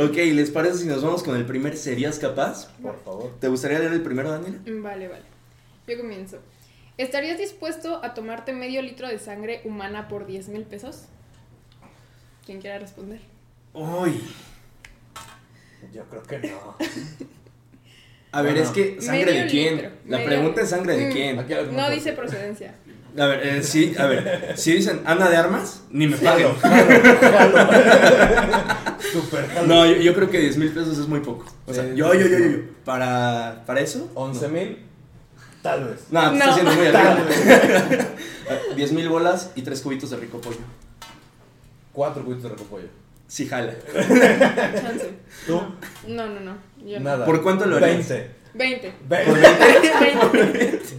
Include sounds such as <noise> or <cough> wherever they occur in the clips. Ok, ¿les parece si nos vamos con el primer ¿Serías capaz? Por favor. ¿Te gustaría leer el primero, Daniela? Vale, vale. Yo comienzo. ¿Estarías dispuesto a tomarte medio litro de sangre humana por 10 mil pesos? ¿Quién quiera responder? Uy. Yo creo que no. <laughs> A ver, Bueno. es que ¿sangre Medio de quién? litro, La medio- pregunta es ¿sangre de Mm. quién? Aquí algo No mejor. dice procedencia. A ver, eh, sí, a ver, si dicen Ana de Armas, ni me paguen. Jalo, jalo, jalo. Super jalo. No, yo, yo creo que 10 mil pesos es muy poco. O sea, Eh, yo, yo, yo, yo, no. yo. ¿Para, para eso? 11 mil, tal vez. No, te está No. haciendo muy Tal arriba. <laughs> vez. 10 mil bolas y tres cubitos de rico pollo. Cuatro cubitos de repollo. Sí, jala. Chance. ¿Tú? No, no, no. Yo no. Nada. ¿Por cuánto lo harías? 20. 20. 20.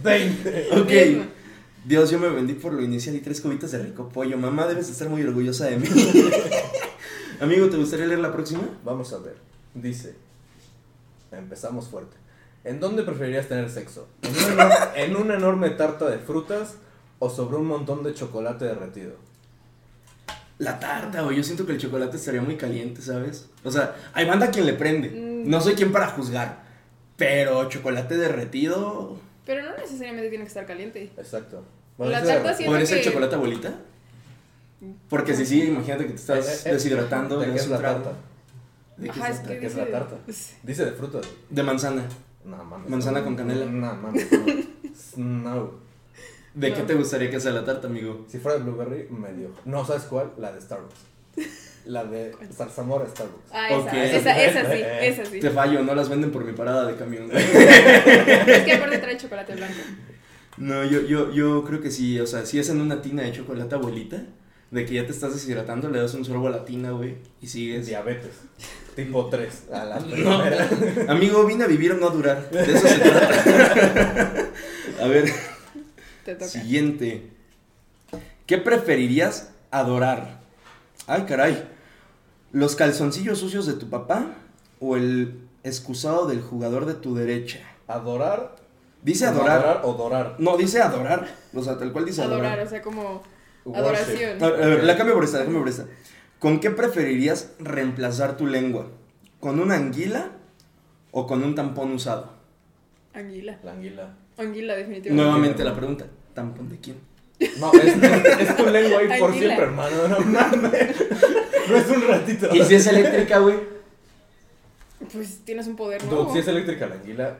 20. 20. <laughs> Ok. Diezma. Dios, yo me vendí por lo inicial y tres cubitas de rico pollo. Mamá, debes estar muy orgullosa de mí. <laughs> Amigo, ¿te gustaría leer la próxima? Vamos a ver. Dice. Empezamos fuerte. ¿En dónde preferirías tener sexo? ¿En una, <laughs> enor- en una enorme tarta de frutas o sobre un montón de chocolate derretido? La tarta, güey. Yo siento que el chocolate estaría muy caliente, ¿sabes? O sea, hay banda a quien le prende. Mm. No soy quien para juzgar. Pero chocolate derretido. Pero no necesariamente tiene que estar caliente. Exacto. La ese- tarta sí- Siento ¿Podría ser que- chocolate abuelita? Porque si sí, imagínate que te estás Eh, eh, eh, deshidratando. ¿De le qué das es un la trago. tarta? ¿De qué Ajá, es es la que ¿Qué es dice. la tarta? Dice de frutas. tarta? De manzana. No, mames. Manzana con canela. No, mames. No. No. ¿De No. qué te gustaría que sea la tarta, amigo? Si fuera de blueberry, medio. No, ¿sabes cuál? La de Starbucks. La de zarzamora Starbucks. Ah, esa, Ok. esa, esa sí, esa sí. Te fallo, no las venden por mi parada de camión. <laughs> Es que aparte trae chocolate blanco. No, yo, yo, yo creo que sí, o sea, si es en una tina de chocolate abuelita, de que ya te estás deshidratando, le das un sorbo a la tina, güey, y sigues. Diabetes. Tipo 3. A la No. primera. Amigo, vine a vivir, no a durar. De eso se trata. <laughs> a ver, Te toca. siguiente. ¿Qué preferirías adorar? Ay, caray. ¿Los calzoncillos sucios de tu papá o el excusado del jugador de tu derecha? Adorar. Dice no, adorar. o dorar. No, dice adorar. O sea, tal cual dice adorar. Adorar, o sea, como Worship. adoración. A ver, a ver, la cambio por esta, la cambio por esta. ¿Con qué preferirías reemplazar tu lengua? ¿Con una anguila o con un tampón usado? Anguila. La anguila. Anguila, definitivamente. Nuevamente la pregunta, ¿tampón de quién? No, es, es- es tu lengua ahí por Anguila. siempre, hermano. No mames. No es un ratito. ¿Y si es eléctrica, güey? Pues tienes un poder Dude, nuevo. si es eléctrica la anguila.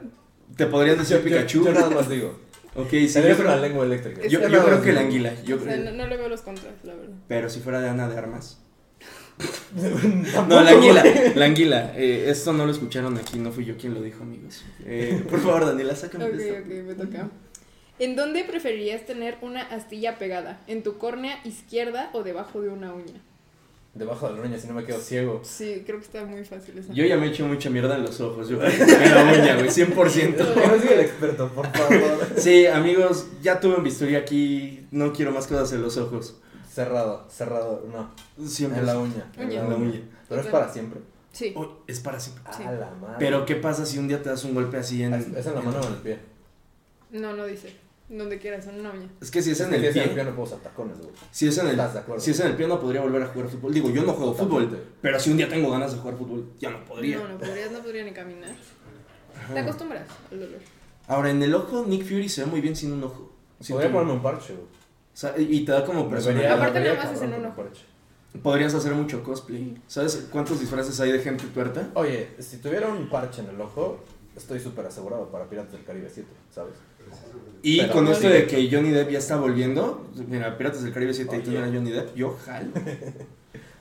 ¿Te podrías Yo, decir yo- Pikachu? yo nada más digo. Ok, sí, yo Sería una creo, lengua eléctrica. yo- yo nada creo más que la <laughs> digo. anguila, yo O sea, creo. no, no le veo los contras, la verdad. Pero si fuera de Ana de Armas. No, Tampoco, la anguila, güey. la anguila. Eh, esto no lo escucharon aquí, no fui yo quien lo dijo, amigos. Eh, por favor, Daniela, sácame Ok, de esta. ok, me toca. ¿En dónde preferirías tener una astilla pegada? ¿En tu córnea izquierda o debajo de una uña? Debajo de la uña, si no me quedo ciego. Sí, creo que está muy fácil esa. Yo ya me he hecho mucha mierda en los ojos, yo creo que en la uña, güey, <laughs> 100%. No soy el experto, por favor. Sí, amigos, ya tuve un bisturí aquí. No quiero más cosas en los ojos. Cerrado, cerrado, no. Siempre. en la uña. Uña. En la uña. Pero es para siempre. Sí. Oh, es para siempre. Sí. A la madre. Pero, ¿qué pasa si un día te das un golpe así en. Es, Ah, es en la mano o en el pie. No, no dice. Donde quieras, en una uña. Es que si es en que el si es en el pie. no puedo usar tacones, güey. Si es en el, Estás de acuerdo. si es en el pie, no podría volver a jugar fútbol. Digo, yo no juego fútbol. Totalmente. Pero si un día tengo ganas de jugar fútbol, ya no podría. No, no podrías, no podría ni caminar. Ajá. Te acostumbras al dolor. Ahora, en el ojo, Nick Fury se ve muy bien sin un ojo. Sin Podría tu- ponerme un parche, güey. o sea, y y te da como Me personalidad. vería- Aparte me vería nada más es en cabrón uno. con un parche. Podrías hacer mucho cosplay. ¿Sabes cuántos disfraces hay de gente tuerta? Oye, si tuviera un parche en el ojo, estoy súper asegurado para Piratas del Caribe 7, ¿sabes? Y Pero con no esto digo de que Johnny Depp ya está volviendo, mira, Piratas del Caribe 7 y tú Oye. no eras Johnny Depp, yo <laughs> jalo.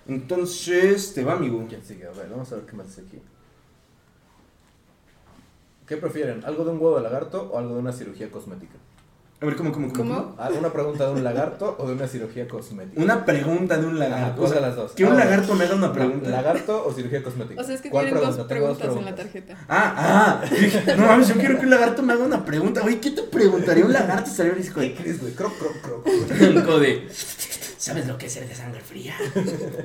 Entonces, te va, amigo. ¿Quién sigue? A ver, vamos a ver qué más dice aquí. ¿Qué prefieren? ¿Algo de un huevo de lagarto o algo de una cirugía cosmética? A ver, ¿cómo, cómo, cómo? ¿Cómo? cómo? Ah, ¿Una pregunta de un lagarto o de una cirugía cosmética? Una pregunta de un Ajá, lagarto. ¿cuál O sea, de las dos? que un Ah, bueno. lagarto me haga una pregunta. ¿Lagarto o cirugía cosmética? O sea, es que ¿Cuál tienen dos pregunta? Tengo preguntas, en la tarjeta. Ah, ah, dije, no mames, yo quiero que un lagarto me haga una pregunta. Güey, ¿qué te preguntaría un lagarto? Estaría brisco ¿Qué de crees, güey? Croc, croc, croc. tronco de. ¿Sabes lo que es ser de sangre fría?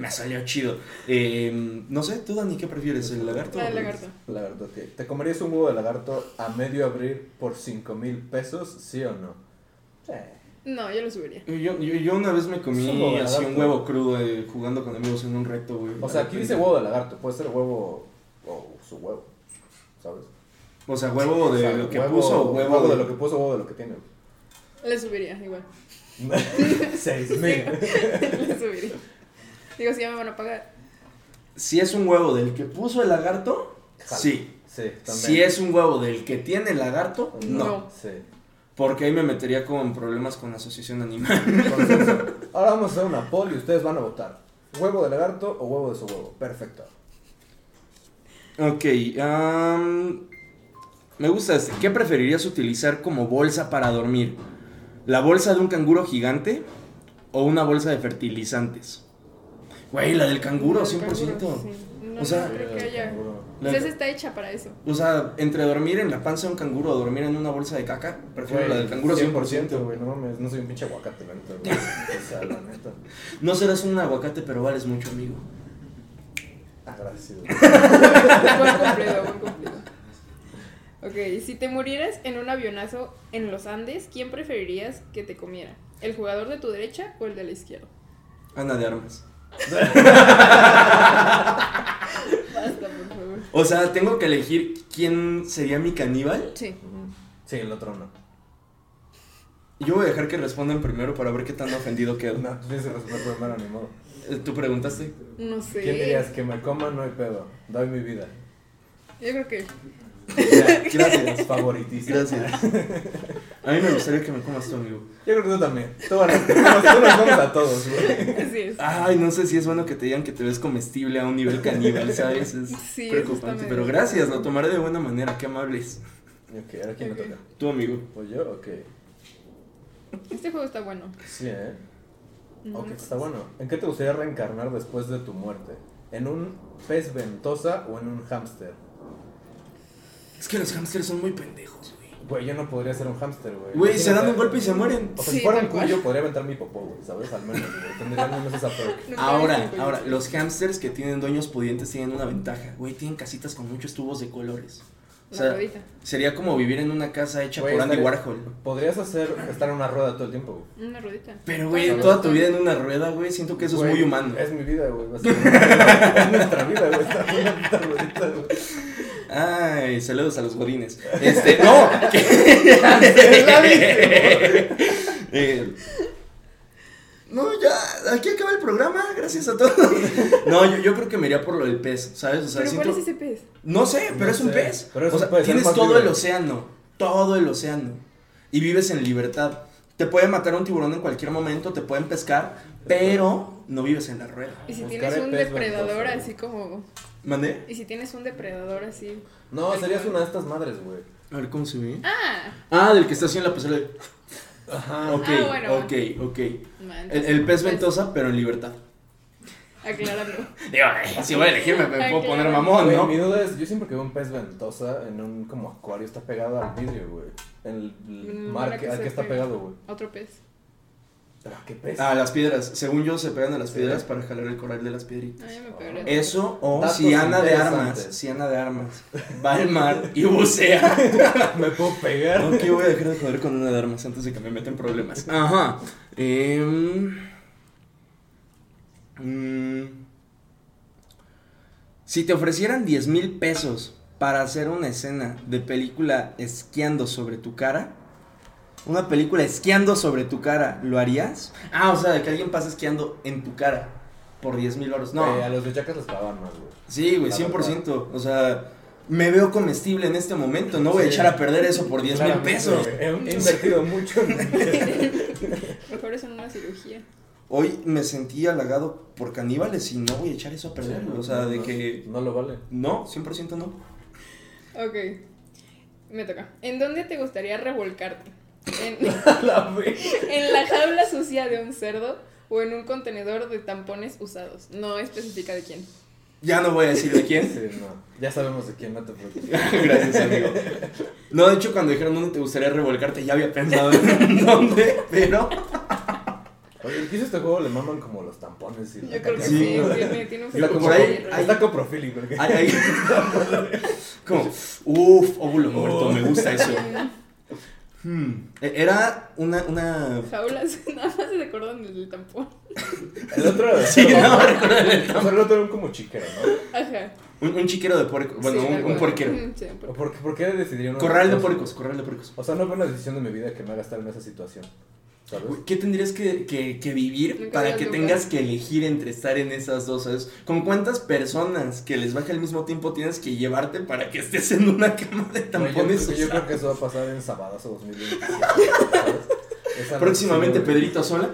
Me salió chido. Eh, no sé, tú, Dani, ¿qué prefieres? ¿El lagarto? La o del lagarto. Lagarto, ok. ¿Te comerías un huevo de lagarto a medio abrir por 5 mil pesos, sí o no? Eh, No, yo lo subiría. Yo, yo, yo una vez me comí Es un huevo de así un lagarto. huevo crudo eh, jugando con amigos en un recto, güey. O sea, aquí dice huevo de lagarto, puede ser huevo o su huevo, ¿sabes? O sea, huevo de O sea, lo que puso o huevo, de lo que puso, huevo de lo <laughs> que tiene. Le subiría, igual. <laughs> <laughs> Seis mil. Le subiría. Digo, si ya me van a pagar. Si es un huevo del que puso el lagarto, Jala. sí. Sí, también. Si es un huevo del que tiene el lagarto, no. No. Sí. Porque ahí me metería con problemas con la asociación animal. Consenso. Ahora vamos a hacer una poll y ustedes van a votar. ¿Huevo de lagarto o huevo de su huevo? Perfecto. ok, am, me gusta este. ¿Qué preferirías utilizar como bolsa para dormir? ¿La bolsa de un canguro gigante o una bolsa de fertilizantes? Güey, la del canguro, No, el 100%. canguro, sí. No, O sea, no Ah, creo que haya. La- Pues esa está hecha para eso. O sea, entre dormir en la panza de un canguro o dormir en una bolsa de caca, prefiero la del canguro 100%. güey. No mames, no soy un pinche aguacate, la neta, güey. O sea, la neta. No serás un aguacate, pero vales mucho, amigo. Gracias. buen cumplido, buen cumplido. Ok, si te murieras en un avionazo en los Andes, ¿quién preferirías que te comiera? ¿El jugador de tu derecha o el de la izquierda? Ana de armas. Basta, por favor. O sea, tengo que elegir quién sería mi caníbal. Sí. Sí, el otro no. Yo voy a dejar que respondan primero para ver qué tan ofendido quedo. No, pues tú tienes que responder primero, ni modo. Eh, ¿Tú preguntaste? No sé. ¿Quién dirías que me coman? No hay pedo. Doy mi <laughs> vida. Yo creo que. Ya, Gracias. Favoritísimo. Gracias. <laughs> A mí me gustaría que me comas tú, amigo. Yo creo que tú también. Tú, ganas- <laughs> tú nos, tú nos comes a todos, güey. Así es. Ay, no sé si es bueno que te digan que te ves comestible a un nivel caníbal, ¿sabes? Es Sí, eso está preocupante. medio- Pero gracias, lo tomaré de buena manera. Qué amables. Ok, ahora quién le toca. Tú, amigo. Pues yo, ok. Este juego está bueno. Sí, eh. No, Ok, no. está bueno. ¿En qué te gustaría reencarnar después de tu muerte? ¿En un pez ventosa o en un hámster? Es que los hamsters son muy pendejos, güey. Güey, yo no podría ser un hámster, güey. Güey, se Imagínate- dan un golpe y se mueren. O sea, Sí, si fuera un tal cual. cuyo, podría aventar mi popó, güey, ¿sabes? Al menos, güey. Tendría al menos esa perk. Nunca había Ahora, visto un ahora, coyote. los hamsters que tienen dueños pudientes tienen una ventaja, güey, tienen casitas con muchos tubos de colores. O La sea, rodita. sería como vivir en una casa hecha Güey, por Andy estaría- Warhol. Podrías hacer, estar en una rueda todo el tiempo, güey. Una rodita. Pero, güey, Todos toda los tu días. vida en una rueda, güey, siento que eso Güey, es muy humano. Es mi vida, güey. básicamente. Es nuestra vida, güey. Está en una puta ruedita, güey. Ay, saludos a los <laughs> godines. Este, no. <laughs> Eh, no, ya, aquí acaba el programa, gracias a todos. No, yo, yo creo que me iría por lo del pez, ¿sabes? O sea, ¿Pero siento... cuál es ese pez? No sé, pero No es un sé, pez. pero es o un sea, pez, tienes es más todo libre. el océano, todo el océano. Y vives en libertad. Te puede matar un tiburón en cualquier momento, te pueden pescar, pero no vives en la rueda. Y si Buscar tienes el un pues, pez depredador ventoso. así como. ¿Mandé? Y si tienes un depredador así. No, serías una de estas madres, güey. A ver, ¿cómo se ve? ¡Ah! Ah, del que está haciendo la pasarela. Ajá. Ok, Ah, bueno. ok, ok. Man, El, el pez pues, ventosa, pero en libertad. Acláralo. Digo, ay, si voy a elegir, me, me Ay, puedo claro. poner mamón, Güey, ¿no? Mi duda es, yo siempre que veo un pez ventosa en un como acuario está pegado al vidrio, güey. El, el Mm, mar ahora que, que al se que está pega. pegado, güey. Otro pez. Pero qué pez. Ah, las piedras. Según yo, se pegan a las Sí. piedras para jalar el coral de las piedritas. A mí me pegaría. Eso o Datos si Ana de Armas, interesantes. si Ana de Armas va al mar y bucea. <laughs> Me puedo pegar. Ok, voy a dejar de joder con Ana de Armas antes de que me metan problemas. Ajá. Em, mm, si te ofrecieran 10 mil pesos para hacer una escena de película esquiando sobre tu cara, una película esquiando sobre tu cara, ¿lo harías? Ah, o sea, de que alguien pasa esquiando en tu cara por 10 mil euros. No. Güey, Eh, a los de Jackass les pagaban más, güey. Eh, Sí, güey, La 100%. O sea, me veo comestible en este momento. No voy a Sí. echar a perder eso por 10 mil Claramente, pesos. güey. He, he <laughs> invertido mucho en Mejor es en una cirugía. Hoy me sentí halagado por caníbales y no voy a echar eso a perder. güey. o sea, de no, que. No lo <laughs> vale. No, 100% no. Ok. Me toca. ¿En dónde te gustaría revolcarte? ¿En, <laughs> La vez. en la jaula sucia de un cerdo o en un contenedor de tampones usados? No especifica de quién. Ya no voy a decir de <laughs> quién. Sí, no. Ya sabemos de quién, no te preocupes. Gracias, amigo. No, de hecho, cuando dijeron dónde te gustaría revolcarte, ya había pensado en <laughs> dónde, pero. Oye, el que hizo este juego le maman como los tampones y la Yo creo que caca, Sí. sí, ¿no? tiene, tiene un Yo Está por como, ahí- ahí, ahí- está coprofílico. el que- Ay, ay. Como, uff, óvulo muerto, me gusta eso. Hmm. E- Era una, <laughs> una... Jaulas, nada más se acuerdan del tampón. <laughs> El otro. Sí, pero- no, recuerdo el- pero el otro era un como chiquero, ¿no? Ajá. <laughs> un, un chiquero de puerco. Bueno, Sí, un, algo un así. puerquero. Mm, sí, un puerco. ¿Por qué, por qué decidieron? Corral de puercos, corral de puercos. O sea, no fue una decisión de mi vida que me haga estar en esa situación. ¿Sabes? Güey, ¿Qué tendrías que, que- que vivir Nunca para había que nunca. tengas que elegir entre estar en esas dos? ¿sabes? ¿Con cuántas personas que les baje al mismo tiempo tienes que llevarte para que estés en una cama de Güey, yo- tampones? Yo, O yo sea, creo que eso va a pasar en Sabadazo 2027. ¿sabes? Esa próximamente noche, güey. Pedrito Sola.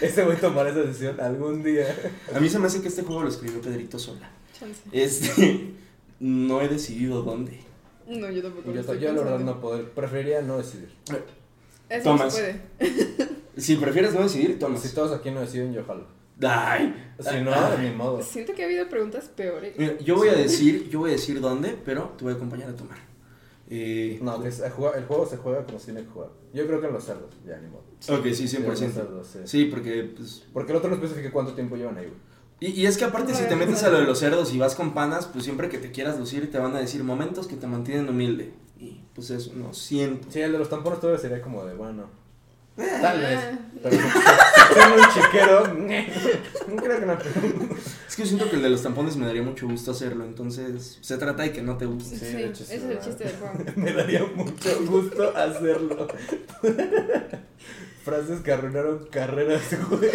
Ese güey tomará esa decisión algún día. A mí se me hace que este juego lo escribió Pedrito Sola. Chance. Este, <laughs> no he decidido dónde. No, yo tampoco. Yo, lo estoy yo la verdad pensando. no poder. Preferiría no decidir. Eso no Tomas. se puede. Si prefieres no decidir, Si tomas. todos aquí no deciden, yo jalo. Ay, Si no, ay. ni modo. Siento que ha habido preguntas peores. Mira, yo voy a decir, yo voy a decir dónde, pero te voy a acompañar a tomar. Eh, No, que es- el juego, el juego se juega como se tiene que jugar. Yo creo que en los cerdos, ya ni modo. Ok, sí, Sí, en los 100%. cerdos, sí. Sí, porque pues, Porque el otro no especifica cuánto tiempo llevan ahí, güey. Y, y es que aparte No, si no, te no, metes no. a lo de los cerdos y vas con panas, pues siempre que te quieras lucir te van a decir momentos que te mantienen humilde. Y pues eso, no siento. Sí, el de los tampones todavía sería como de, bueno. Tal vez. Ah. Pero si si son un chiquero, no creo que no. Es que yo siento que el de los tampones me daría mucho gusto hacerlo, entonces se trata de que no te guste. Sí, Sí, de hecho, sí, ese es el ¿verdad? chiste del juego. Me daría mucho gusto hacerlo. Frases que arruinaron carreras, güey.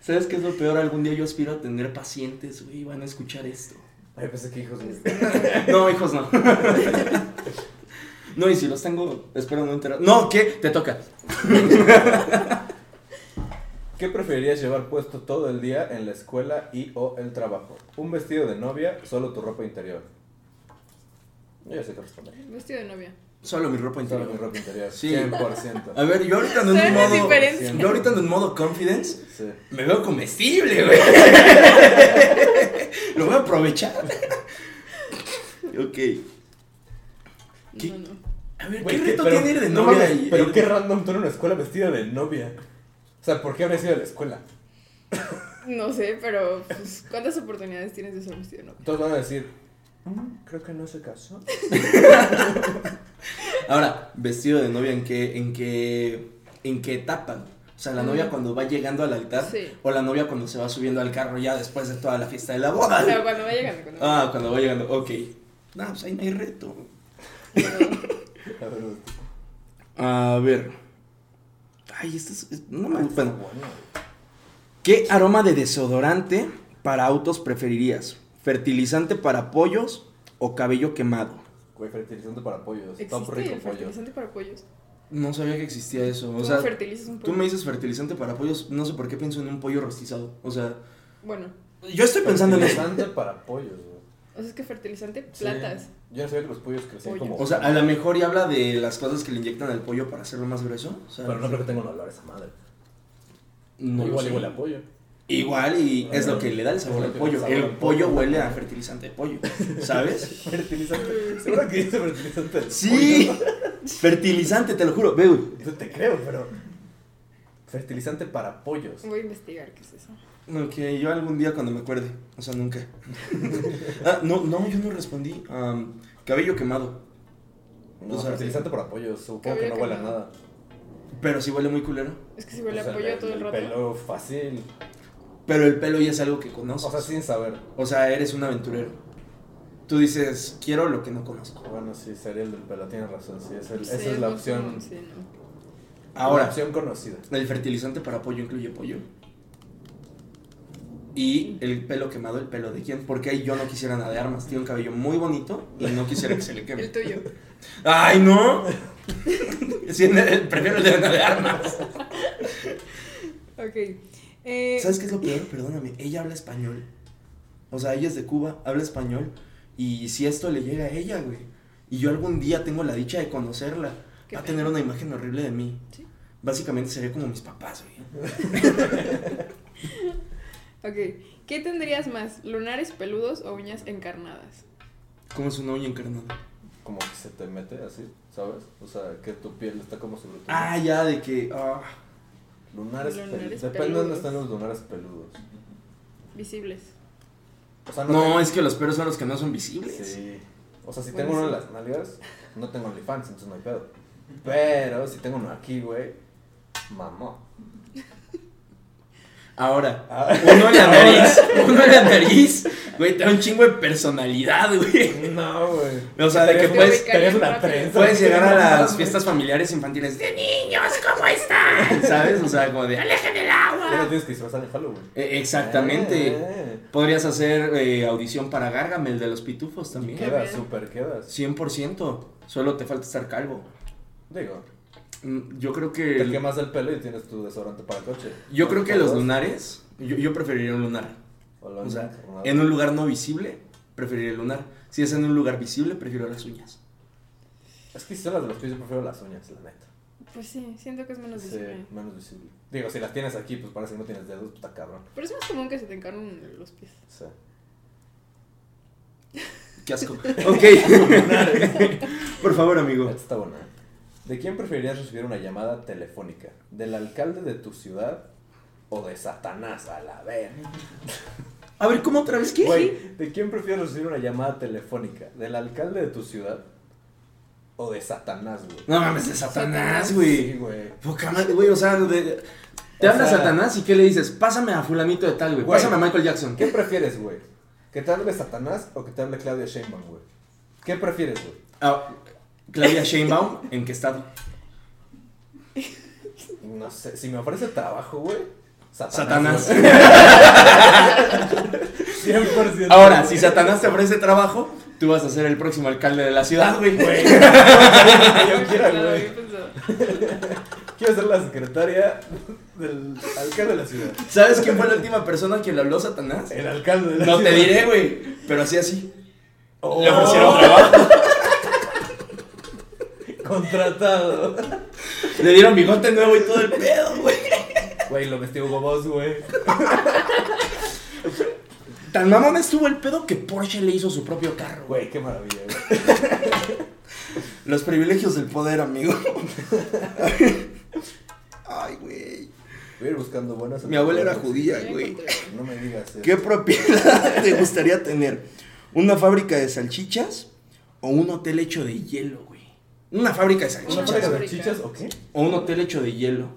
¿Sabes qué es lo peor? Algún día yo aspiro a tener pacientes, güey, van a escuchar esto. Ay, pensé que hijos, güey. No, hijos, no. <laughs> No, y si los tengo, espero no enterar. No, ¿qué? Te toca. <laughs> ¿Qué preferirías llevar puesto todo el día en la escuela y o el trabajo? ¿Un vestido de novia, solo tu ropa interior? Yo ya sé qué responder. Vestido de novia. Solo mi ropa Solo mi interior. ropa interior, Sí. 100%. A ver, yo ahorita ando en un Suena modo... diferente. Yo ahorita ando en modo confidence. Sí. Me veo comestible, <laughs> güey. Lo voy a aprovechar. ok. ¿Qué? No, no. A ver, Güey, ¿qué que- reto pero- tiene ir de no novia mames, ahí? Pero qué random tú en una escuela vestida de novia. O sea, ¿por qué habrías ido a la escuela? No sé, pero pues, ¿cuántas oportunidades tienes de ser vestido de novia? Todos van a decir, "Mm, creo que no se casó. <laughs> Ahora, vestido de novia, ¿en qué, en qué, en qué etapa? O sea, la Mm. novia cuando va llegando al altar Sí. o la novia cuando se va subiendo al carro ya después de toda la fiesta de la boda. O sea, cuando va llegando. Cuando va Ah, cuando va llegando, ok. No, pues ahí no hay reto. llegando. A ver, güey. A ver. Ay, esto es, es- no me Está bueno. bueno. ¿Qué aroma de desodorante para autos preferirías? ¿Fertilizante para pollos o cabello quemado? Güey, fertilizante para pollos. Top ¿Existe rico el pollos. fertilizante para pollos? No sabía que existía eso. O ¿Cómo sea, fertilizas un pollo? tú me dices fertilizante para pollos, no sé por qué pienso en un pollo rostizado. O sea, Bueno, yo estoy pensando en eso. Fertilizante para pollos, güey. o sea, es que fertilizante Sí. platas. Yo no sabía que los pollos crecían Pollos. como. O sea, a lo mejor y habla de las cosas que le inyectan al pollo para hacerlo más grueso. o sea, Pero no creo que tenga un olor a esa madre. no lo igual, sé. igual <laughs> a pollo. Igual y es lo que le da el sabor al pollo. El pollo huele a fertilizante de pollo, <laughs> ¿sabes? Mm. Fertilizante. Seguro que dice fertilizante. del Sí, fertilizante, te lo juro. Ve, güey. pollo. Yo te creo, pero. Fertilizante para pollos. Voy a investigar qué es eso. No, que yo algún día cuando me acuerde, o sea, nunca. <laughs> ah, no, no, yo no respondí. Am, cabello quemado, No, O sea, fertilizante para pollos. Supongo que Cabello no huele a quemado. nada. pero sí huele muy culero. Es que si huele O sea, a pollo el- todo el, rato. El pelo fácil. Pero el pelo ya es algo que conoces. O sea, sin saber. eres un aventurero. Tú dices, quiero lo que no conozco. Bueno, sí, sería el del pelo. Tienes razón. Sí, es el- Sí, esa es la más opción. común, sí, <laughs> ¿no? La Ahora, opción conocida. el fertilizante para pollo incluye pollo. Y el pelo quemado, el pelo de quién? Porque ahí yo no quisiera nada de armas. Tiene un cabello muy bonito y no quisiera que se le <laughs> queme. El tuyo. ¡Ay, no! <laughs> Sí, prefiero el de nada de armas. Ok. Eh, ¿Sabes qué es lo peor? Perdóname, ella habla español. O sea, ella es de Cuba, habla español. Y si esto le llega a ella, güey. Y yo algún día tengo la dicha de conocerla. Qué Va a pena. tener una imagen horrible de mí. Sí. Básicamente sería como mis papás, güey. Ok. ¿Qué tendrías más? ¿Lunares peludos o uñas encarnadas? ¿Cómo es una uña encarnada? Como que se te mete así, ¿sabes? O sea, que tu piel está como sobre tu. Ah, ya, de que. ah, Lunares, Lunares peludos. Depende de peludos. dónde están los lunares peludos. Visibles. O sea, No, tengo- es que los perros son los que no son visibles. Sí. O sea, si Bueno, tengo uno en sí. las nalgas, No tengo OnlyFans, entonces no hay pedo. Pero si tengo uno aquí, güey, mamó. Ahora, Ah. uno <laughs> en la nariz, uno en la nariz, güey, te da un chingo de personalidad, güey. <laughs> No, güey. O sea, de que Tenías- puedes- tenías una trenza. Puedes llegar a Mamá, las güey. fiestas familiares infantiles de niños, ¿cómo están? <laughs> ¿Sabes? O sea, como de alejen el Ya no agua. tienes que disfrazar de Halloween. Eh, exactamente. Eh, Podrías hacer eh, audición para Gargamel de los pitufos también. Queda, súper quedas. 100%. Solo te falta estar calvo. Digo, Mm, Yo creo te que. quemas el pelo y tienes tu desodorante para el coche. Yo creo que los Dos. lunares, yo, yo preferiría un lunar. O lo O sea, encarnado. en un lugar no visible, preferiría el lunar. Si es en un lugar visible, prefiero las uñas. Es que si son las de los pies, yo prefiero las uñas, la neta. Pues sí, siento que es menos Sí, visible. menos visible. Digo, si las tienes aquí, pues parece que no tienes dedos, puta cabrón. Pero es más común que se te encarnen los pies. Sí. Qué <laughs> asco. Ok. <laughs> Por favor, amigo. Esta está buena. ¿eh? ¿De quién preferirías recibir una llamada telefónica? ¿Del alcalde de tu ciudad o de Satanás? A la ver. A ver, ¿cómo otra vez qué? Güey, ¿de quién prefieres recibir una llamada telefónica? ¿Del alcalde de tu ciudad o de Satanás, güey? No mames, de Satanás, Sí, güey. güey. Poca madre, güey, o sea, de- te O habla sea- Satanás y ¿qué le dices? Pásame a fulanito de tal, güey. Güey. Pásame a Michael Jackson. ¿Qué prefieres, güey? ¿Que te hable Satanás o que te hable Claudia Sheinbaum, güey? ¿Qué prefieres, güey? Ah, Claudia Sheinbaum, ¿en qué <laughs> estado? No sé, si me ofrece trabajo, güey. Satanás. güey. 100%. <laughs> Ahora, güey. si <laughs> Satanás te ofrece trabajo, tú vas a ser el próximo alcalde de la ciudad, güey. Güey. Bien <laughs> Yo quiero, pensado, güey. bien pensado. Quiero ser la secretaria del alcalde de la ciudad. ¿Sabes quién fue la última persona que le habló Satanás? El alcalde de la No ciudad. te diré, güey. Pero así, así. Oh, Le ofrecieron trabajo. Contratado. Le dieron bigote nuevo y todo el pedo, güey. Güey, lo vestió Hugo Boss, güey. Tan mamón estuvo el pedo que Porsche le hizo su propio carro, güey. Güey, qué maravilla, güey. Los privilegios del poder, amigo. Ay, güey. Voy a ir buscando buenas. Mi abuela era alternativas. judía, Ya güey. encontré. No me digas eso. ¿Qué propiedad te gustaría tener? ¿Una fábrica de salchichas o un hotel hecho de hielo, güey? Una fábrica de ¿Una salchichas. fábrica de Fábrica. chichas o qué? O un hotel hecho de hielo.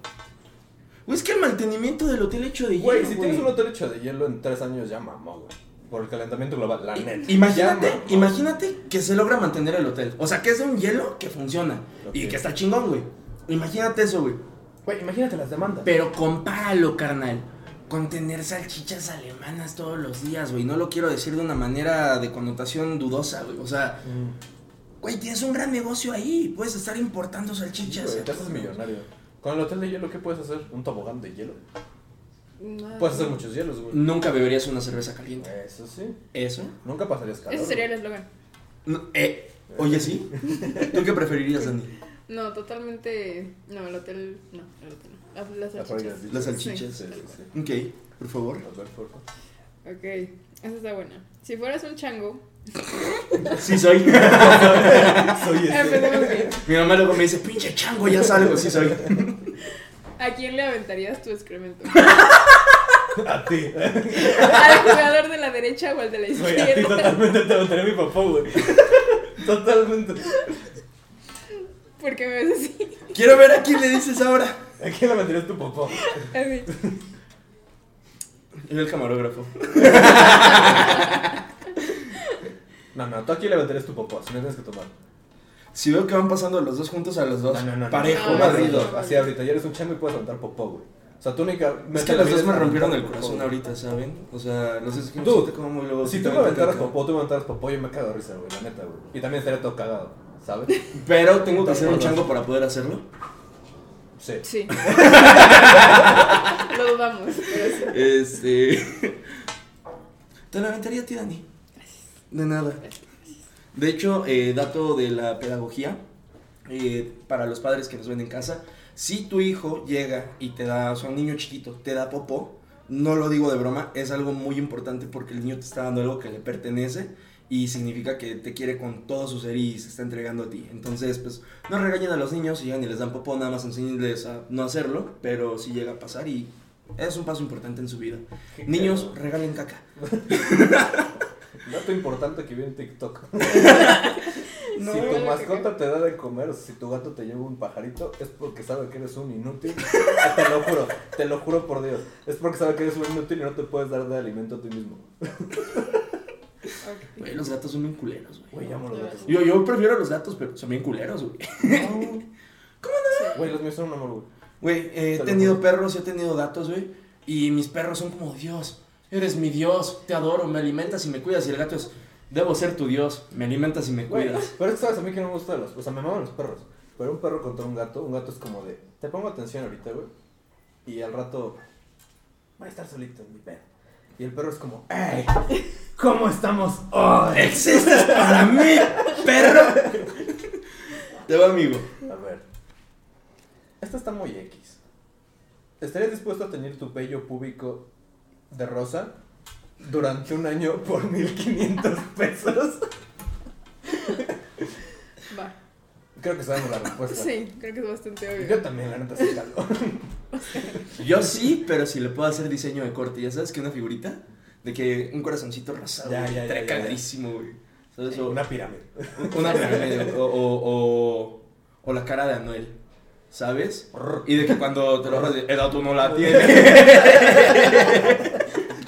Güey, es que el mantenimiento del hotel hecho de Güey, hielo. si tienes un hotel hecho de hielo en tres años, ya mamó, güey. Por el calentamiento global, la neta. Imagínate, Ya mamó. imagínate que se logra mantener el hotel. O sea, que es de un hielo que funciona. Y Ok. que está chingón, güey. Imagínate eso, güey. Güey, imagínate las demandas. Pero compáralo, carnal. Con tener salchichas alemanas todos los días, güey. No lo quiero decir de una manera de connotación dudosa, güey. O sea, Mm. güey, tienes un gran negocio ahí. Puedes estar importando Sí, salchichas. güey, te haces millonario. Con el hotel de hielo, ¿qué puedes hacer? Un tobogán de hielo. No. Puedes hacer muchos hielos, güey. Nunca beberías una cerveza caliente. Eso sí. ¿Eso? Nunca pasarías calor. Ese sería el eslogan. No, eh, oye, ¿sí? ¿Tú qué preferirías, Dani? No, totalmente. No, el hotel. No, el hotel no. Las- Las La fábrica salchichas. de Las chichas. salchichas. Sí, sí, sí. Ok, por favor. A ver, por favor. Ok, esa está buena. Si fueras un <laughs> chango. Sí, <laughs> soy. <laughs> Soy este. Empecemos ese. bien. <laughs> Mi mamá luego me dice, pinche chango, ya salgo. Sí, soy. ¿A quién le aventarías tu <laughs> excremento? A ti. ¿Al jugador de la derecha o al de la Güey, a ti izquierda? totalmente te va a tener mi papá, güey. <laughs> Totalmente. Porque me ves así. Quiero ver a quién le dices ahora. ¿A quién la meterías tu papá? Así. Es el camarógrafo. No, no, tú aquí le meterías tu papá, si no tienes que tomar. Si veo que van pasando los dos juntos a los dos, parejo, no, no, barrido. no, no. Así ahorita, ya eres un chango y puedes aventar popó, güey. O sea, tú única. Es que los dos me rompieron el corazón ahorita, ¿saben? O sea, los dos Dude, como muy luego. Si tú me aventaras popó, tú me aventaras popó, yo me cago de risa, güey, la neta, güey. Y también estaría todo cagado, ¿sabes? <laughs> Pero tengo que hacer un chango para poder hacerlo. Sí. <laughs> Sí. Lo dudamos, pero sí. Este. <laughs> Te la aventaría a ti, Dani. De nada. De hecho, eh, dato de la pedagogía, eh, para los padres que nos ven en casa, si tu hijo llega y te da, o sea, un niño chiquito, te da popó, no lo digo de broma, es algo muy importante porque el niño te está dando algo que le pertenece y significa que te quiere con todo su ser y se está entregando a ti. Entonces, pues, no regañen a los niños si llegan y les dan popó, nada más enseñenles a no hacerlo, pero si llega a pasar y es un paso importante en su vida. Niños, regalen caca. Dato importante que vi en TikTok. No, si yo tu lo mascota te da de comer, o si tu gato te lleva un pajarito, es porque sabe que eres un inútil. <laughs> Ah, te lo juro, te lo juro por Dios. Es porque sabe que eres un inútil y no te puedes dar de alimento a ti mismo. Ok. Güey, los gatos son bien culeros, güey. Güey, amo los gatos. Yo, yo prefiero los gatos, pero son bien culeros, güey. No. Güey, los míos son un amor, güey. <laughs> Güey, eh, he Te lo tenido juro. perros y he tenido gatos, güey. Y mis perros son como Dios. Eres mi Dios, te adoro, me alimentas y me cuidas. Y el gato es, debo ser tu Dios, me alimentas y me Güey, cuidas. <laughs> pero es que sabes a mí que no me gustan los. O sea, me maman los perros. Pero un perro contra un gato, un gato es como de. Te pongo atención ahorita, güey. Y al rato. Voy a estar solito en mi perro. Y el perro es como. ¡Ey! ¿Cómo estamos hoy? ¡Existes para mí, perro! Te va, amigo. A ver. Esta está muy X. ¿Estarías dispuesto a tener tu pello púbico de rosa durante un año por 1500 pesos? Va. Creo que sabemos la respuesta. Sí, creo que es bastante Yo obvio. también, la neta, sí, calor. Yo sí, pero si le puedo hacer diseño de corte. ¿Ya sabes que una figurita? De que un corazoncito rosado, Ya, güey, ya, ya, trae ya, ya. cagadísimo, güey. ¿Sabes? O- Una pirámide. Una pirámide, o, o, o, o la cara de Anuel, ¿sabes? Y de que cuando te lo rodeas, el auto no la <laughs> tiene.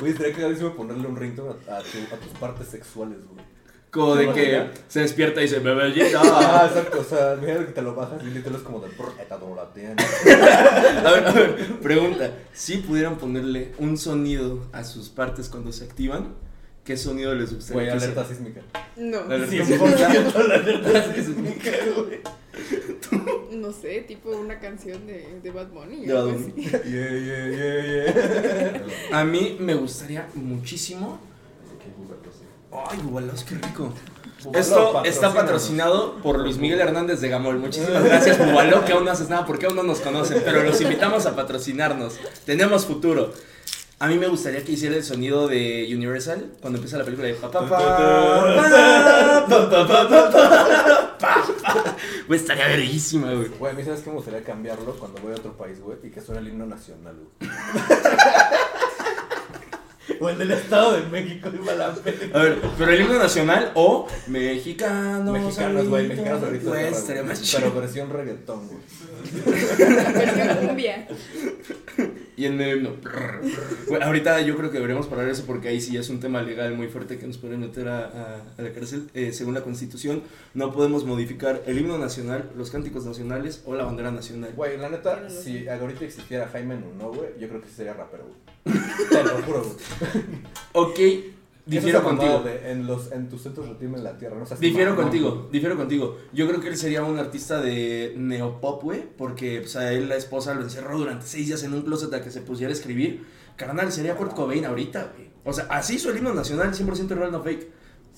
Güey, estaría cagadísimo ponerle un ringtone a, a tu- a tus partes sexuales, güey. Como de que se despierta y dice, <laughs> Ah, bebellita. exacto, o sea, mira que te lo bajas y literal es como de "Brr, esta no la tiene. A ver, a ver, pregunta, si pudieran ponerle un sonido a sus partes cuando se activan, ¿qué sonido les Güey, gustaría? que alerta sísmica. No, A ver. Sí, por cierto, la alerta sísmica, güey. no sé, tipo una canción de, de Bad Bunny. De o algo Bad Bunny. así. Yeah, yeah, yeah, <laughs> yeah. sea? <laughs> A mí me gustaría muchísimo. Ay, bubalos, qué rico. Esto está patrocinado por Luis Miguel Hernández de Gamol. Muchísimas gracias, Bubaló, que aún no haces nada porque aún no nos conocen, pero los invitamos a patrocinarnos. Tenemos futuro. A mí me gustaría que hiciera el sonido de Universal cuando empieza la película de pa, pa, pa, pa, pa, pa, pa, pa, pa, pa, pa. Güey, estaría verguísima, güey. Güey, a mí sabes que me gustaría cambiarlo cuando voy a otro país, güey, y que suene el himno nacional, güey. <laughs> O el del Estado de México, iba la A ver, pero el himno nacional o mexicanos. Mexicanos, güey, mexicanos ahorita. Güey, güey. estaría más chido. Pero versión reggaetón, güey. Versión <laughs> cumbia. Y el medio himno. prrr, prrr. Güey, ahorita yo creo que deberíamos parar eso porque ahí sí es un tema legal muy fuerte que nos puede meter a, a- a la cárcel. Eh, según la constitución, no podemos modificar el himno nacional, los cánticos nacionales o la bandera nacional. Güey, la Yo no neta, lo si ahorita existiera Jaime Nuno, güey, yo creo que sí sería rapero, güey. Te lo juro, güey. Ok, difiero Esa mamada contigo. de en, los, en tus centros retimen la tierra, no seas Difiero mamón. contigo, difiero contigo. Yo creo que él sería un artista de neopop, güey, porque pues, a él la esposa lo encerró durante seis días en un closet a que se pusiera a escribir. Carnal, sería Kurt Cobain ahorita, güey. O sea, así su himno nacional, 100% real, no fake.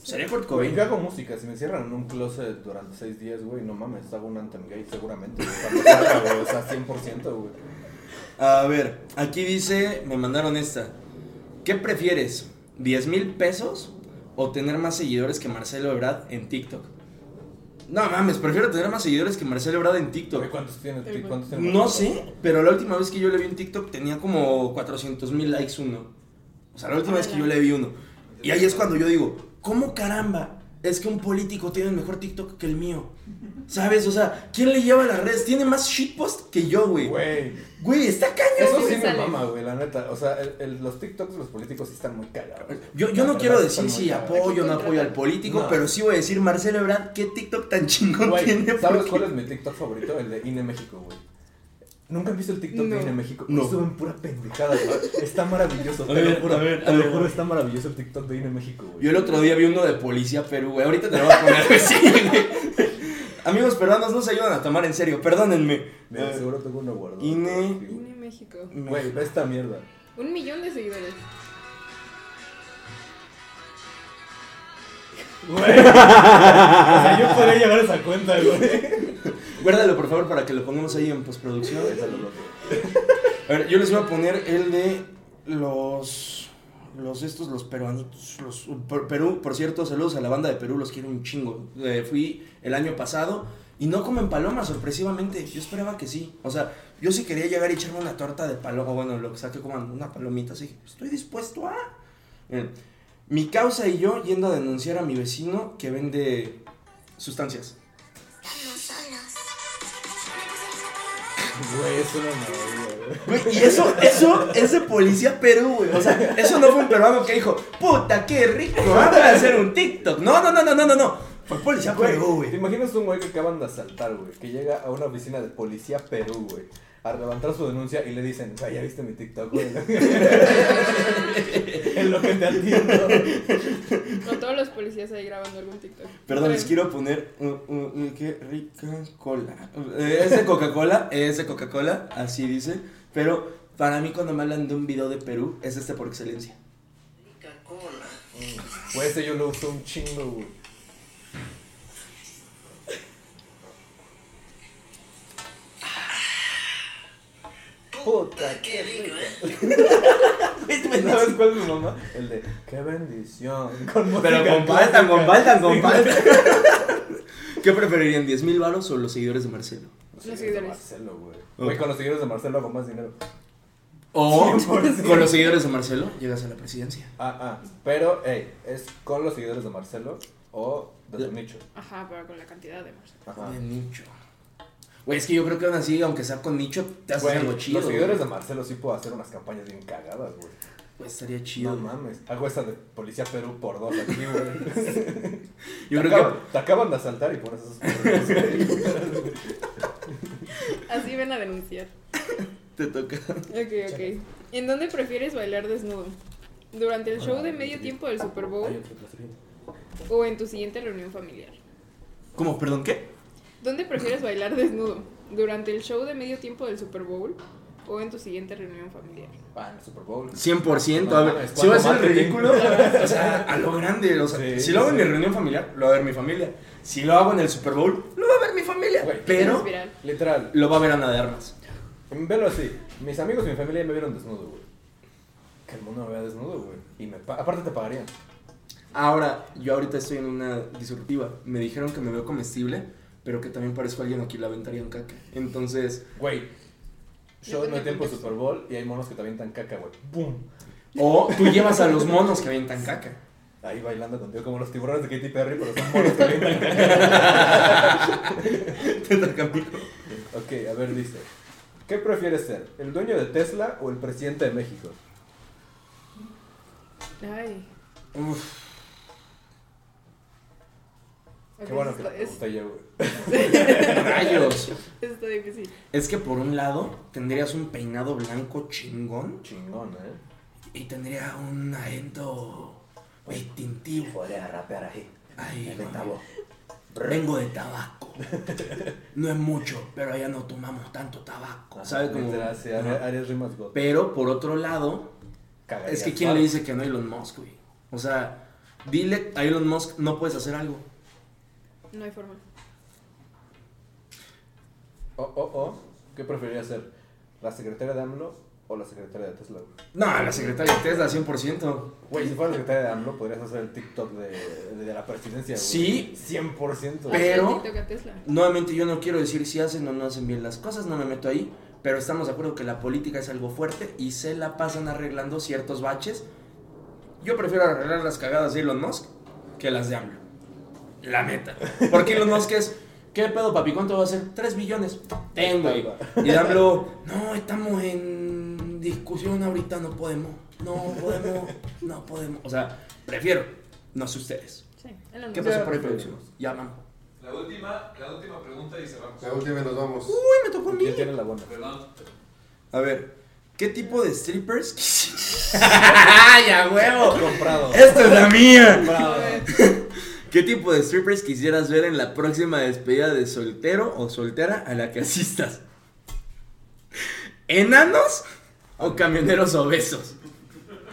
Sería Kurt Cobain. Güey, yo hago música, si me encierran en un closet durante seis días, güey, no mames, hago un anthem gay seguramente. güey, cuando salga, güey, O sea, 100%, güey. A ver, aquí dice, me mandaron esta. ¿Qué prefieres? ¿10 mil pesos o tener más seguidores que Marcelo Ebrard en TikTok? No mames, prefiero tener más seguidores que Marcelo Ebrard en Güey, TikTok. ¿Cuántos tienes? Ey, ¿Cuántos tienes? No sé, pero la última vez que yo le vi en TikTok tenía como 400 mil likes uno. O sea, la última vez que yo le vi uno. Y ahí es cuando yo digo, ¿cómo caramba? Es que un político tiene el mejor TikTok que el mío. ¿Sabes? O sea, ¿quién le lleva las redes? Tiene más shitpost que yo, güey. Güey, Güey, está cañón. eso sí me sí me sale. mama, güey, la neta. O sea, el- el- los TikToks de los políticos sí están muy cagados. güey. Yo, yo La no verdad, quiero decir están muy si cagados. apoyo o no contratar. apoyo al político, No. pero sí voy a decir, Marcelo Ebrard, qué TikTok tan chingón Güey, tiene. ¿Sabes porque- cuál es mi TikTok favorito? El de INE México, güey. ¿Nunca han visto el TikTok No. de INE México? No. No. Suben pura pendejada, güey. Está maravilloso, A te ver, lo juro. a ver, a te lo ver, a juro, ver. está maravilloso el TikTok de INE México, güey. Yo el otro día vi uno de Policía Perú, güey. Ahorita te lo voy a poner <laughs> así, güey. Amigos peruanos, no se ayudan a tomar en serio, perdónenme. Mira, Eh, seguro tengo uno guardado. INE. Sí, güey. Ine México. Güey, ve esta mierda. Un millón de seguidores. Güey. <laughs> O sea, yo podría llegar a esa cuenta, güey. Guárdalo, por favor, para que lo pongamos ahí en postproducción. A ver, yo les voy a poner el de los. Los estos, los peruanitos. Los, per- Perú, por cierto, saludos a la banda de Perú, los quiero un chingo. Eh, fui el año pasado y no comen palomas, sorpresivamente. Yo esperaba que sí. O sea, yo sí quería llegar y echarme una torta de paloma. Bueno, lo que sea que coman, una palomita, así. Estoy dispuesto a. Miren, Mi causa y yo yendo a denunciar a mi vecino que vende sustancias. Güey, es una maravilla, güey. Güey, y eso, eso es de policía Perú, güey. O sea, eso no fue un peruano que dijo, puta, qué rico, vamos a hacer un TikTok. No, no, no, no, no, no, no. Fue policía Perú, ¿Te güey. imaginas un güey que acaban de asaltar, güey? Que llega a una oficina de policía Perú, güey. A levantar su denuncia y le dicen, "Ah, ya viste mi TikTok, <laughs> güey. en lo que te atiendo. No todos los policías ahí grabando algún TikTok. Perdón, les Pero- quiero poner, uh, uh, uh, qué rica cola. Eh, Es de Coca-Cola, es de Coca-Cola, así dice. Pero para mí cuando me hablan de un video de Perú, es este por excelencia. Güey, ese yo lo uso un chingo, güey. Puta, qué rico. ¿Sabes cuál es mi mamá? El de, qué bendición. <laughs> Con música clásica. ¿Qué preferirían, 10 mil varos o los seguidores de Marcelo? Los de seguidores. Marcelo, güey. Güey, Ok. con los seguidores de Marcelo hago más dinero. O 100%. con los seguidores de Marcelo llegas a la presidencia. Ah, ah. Pero, hey, es con los seguidores de Marcelo o de tu nicho. Ajá, pero con la cantidad de Marcelo. Ajá. De nicho. Güey, es que yo creo que aún así, aunque sea con nicho, te haces Güey, algo chido. los seguidores de güey. Marcelo sí puedo hacer unas campañas bien cagadas, güey. Güey, estaría No chido. güey. mames. Hago esa de Policía Perú por dos aquí, güey. <laughs> yo te, creo que. acaban, te acaban de asaltar y pones esos <laughs> perros, güey. Así ven a denunciar. Te toca. Ok, ok. ¿En dónde prefieres bailar desnudo? ¿Durante el show de medio tiempo del Super Hay Bowl otro preferido. o en tu siguiente reunión familiar? ¿Cómo? ¿Perdón qué? ¿Dónde prefieres bailar desnudo? ¿Durante el show de medio tiempo del Super Bowl o en tu siguiente reunión familiar? Ah, en el Super Bowl. 100%. No a ver, mames, si va a ¿cuánto ser marketing? ridículo, o sea, a lo grande. O sea, Sí, si lo hago en sí. mi reunión familiar, lo va a ver mi familia. Si lo hago en el Super Bowl, lo va a ver mi familia. Güey, Es pero viral. Literal. lo va a ver Ana de Armas. Velo así. Mis amigos y mi familia me vieron desnudo, güey. Que el mundo me vea desnudo, güey. Y me pa- aparte te pagarían. Ahora, yo ahorita estoy en una disruptiva. Me dijeron que me veo comestible, pero que también parezco a alguien a quien le aventarían caca. Entonces, Güey. Yo Depende no del tiempo contexto. Super Bowl y hay monos que te avientan caca, güey. ¡Bum! o tú llevas a los monos que aventan caca. Ahí bailando contigo como los tiburones de Katy Perry, pero son monos que avientan caca. <laughs> Te toca, amigo. Ok, a ver, dice. ¿Qué prefieres ser? ¿El dueño de Tesla o el presidente de México? Ay. Uf, ok, Qué bueno eso que la está, pregunta ya, <laughs> güey. rayos. eso está difícil. Es que por un lado tendrías un peinado blanco chingón Chingón, ¿eh? y tendría un acento distintivo. Podría rapear ahí. Ay, El de mami. Tabo. Vengo de tabaco. No es mucho, pero allá no tomamos tanto tabaco. ¿Sabe cómo? Literal, sí, Ajá. haría- harías rimas got. Pero por otro lado, Es que quién le dice que no a Elon Musk, güey. O sea, dile a Elon Musk no puedes hacer algo. No hay forma. Oh, oh, oh. ¿Qué preferirías ser? ¿La secretaria de AMLO o la secretaria de Tesla? güey? No, la secretaria de Tesla 100%. Güey, si fuera la secretaria de AMLO, podrías hacer el TikTok de, de la presidencia, güey. Sí. 100%. Pe- güey. Pero- Hazle TikTok a Tesla. Nuevamente yo no quiero decir si hacen o no hacen bien las cosas, no me meto ahí, pero estamos de acuerdo que la política es algo fuerte y se la pasan arreglando ciertos baches. Yo prefiero arreglar las cagadas de Elon Musk que las de AMLO. La neta. Porque Elon Musk es, ¿qué pedo papi? ¿Cuánto va a ser? 3 billones. Tengo. güey. Y de AMLO, no, estamos en discusión ahorita, no podemos. No podemos, no podemos. O sea, prefiero, no sé ustedes. Sí, Elon ¿Qué Musk. pasó por ahí, producción? Ya, mamá. La última, la última pregunta y cerramos. La última y nos vamos. Uy, me tocó a mí. ¿Quién tiene la buena? Perdón. A ver, ¿qué tipo de strippers <laughs> quisieras? ¡Ay, a huevo! Comprado. ¡Esta es la mía! Comprado. ¿Qué tipo de strippers quisieras ver en la próxima despedida de soltero o soltera a la que asistas? ¿Enanos o camioneros obesos?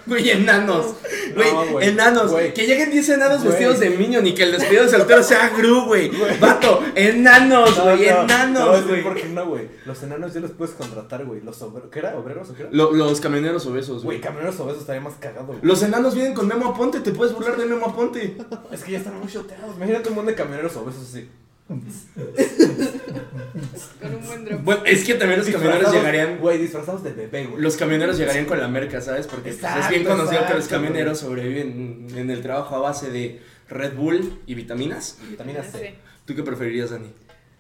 Güey, enanos. Güey, No, güey. enanos. Güey. Que lleguen 10 enanos Güey. vestidos de minion y que el despido de soltero sea Gru, güey. Vato, enanos, No, güey, no, te voy a enanos, decir güey. ¿Por qué no, güey? Los enanos ya los puedes contratar, güey. Los obreros. ¿Qué era? ¿Obreros o qué era? Lo- los camioneros obesos, Güey, camioneros obesos estaría más cagado, güey. Los enanos vienen con Memo Aponte, te puedes burlar de Memo Aponte. Es que ya están muy choteados. Imagínate un montón de camioneros obesos así. <laughs> <laughs> Con un buen drop. Bueno, es que también los camioneros Disfrazados- llegarían. Güey, disfrazados de bebé, güey. Los camioneros llegarían con la merca, ¿sabes? Porque pues, es bien Exacto, conocido que los exacto, güey. camioneros sobreviven en el trabajo a base de Red Bull y vitaminas. Vitamina No C. sé. ¿Tú qué preferirías, Dani?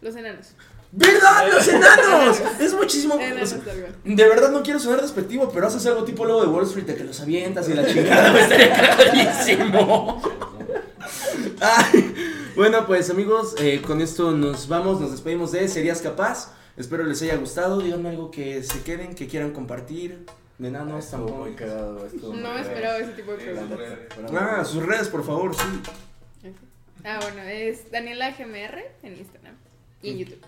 Los <laughs> enanos. ¡Verdad, los Eh. enanos! <laughs> Es muchísimo. o Enanos sea, tal cual. de verdad no quiero sonar despectivo, pero haces algo tipo luego de Wall Street de que los avientas y la chingada. <laughs> Me estaría clarísimo. Ay, bueno, pues amigos, eh, con esto nos vamos, nos despedimos de Serías Capaz. Espero les haya gustado. Digan algo que se queden, que quieran compartir. De enanos, Estuvo tampoco. muy cagado, estuvo muy No cagado. esperaba ese tipo de Sí, preguntas. Ah, sus redes, por favor, sí. Ah, bueno, es Daniela GMR en Instagram y en YouTube.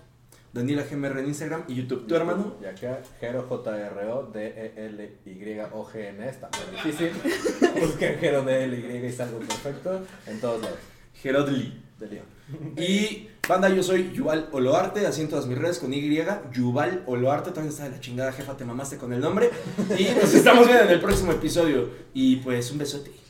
Daniela GMR en Instagram y YouTube. ¿Tu hermano? Y acá, Jero, J-R-O, D-E-L-Y-O-G-N, E está muy difícil. Busquen Jero, D-L-Y y salgo perfecto en todos lados. Gerodli. De lío. Y banda, yo soy Yuval Oloarte, así en todas mis redes con Y, Yuval Oloarte, también está de la chingada jefa, te mamaste con el nombre. Y nos estamos viendo en el próximo episodio. Y pues un besote.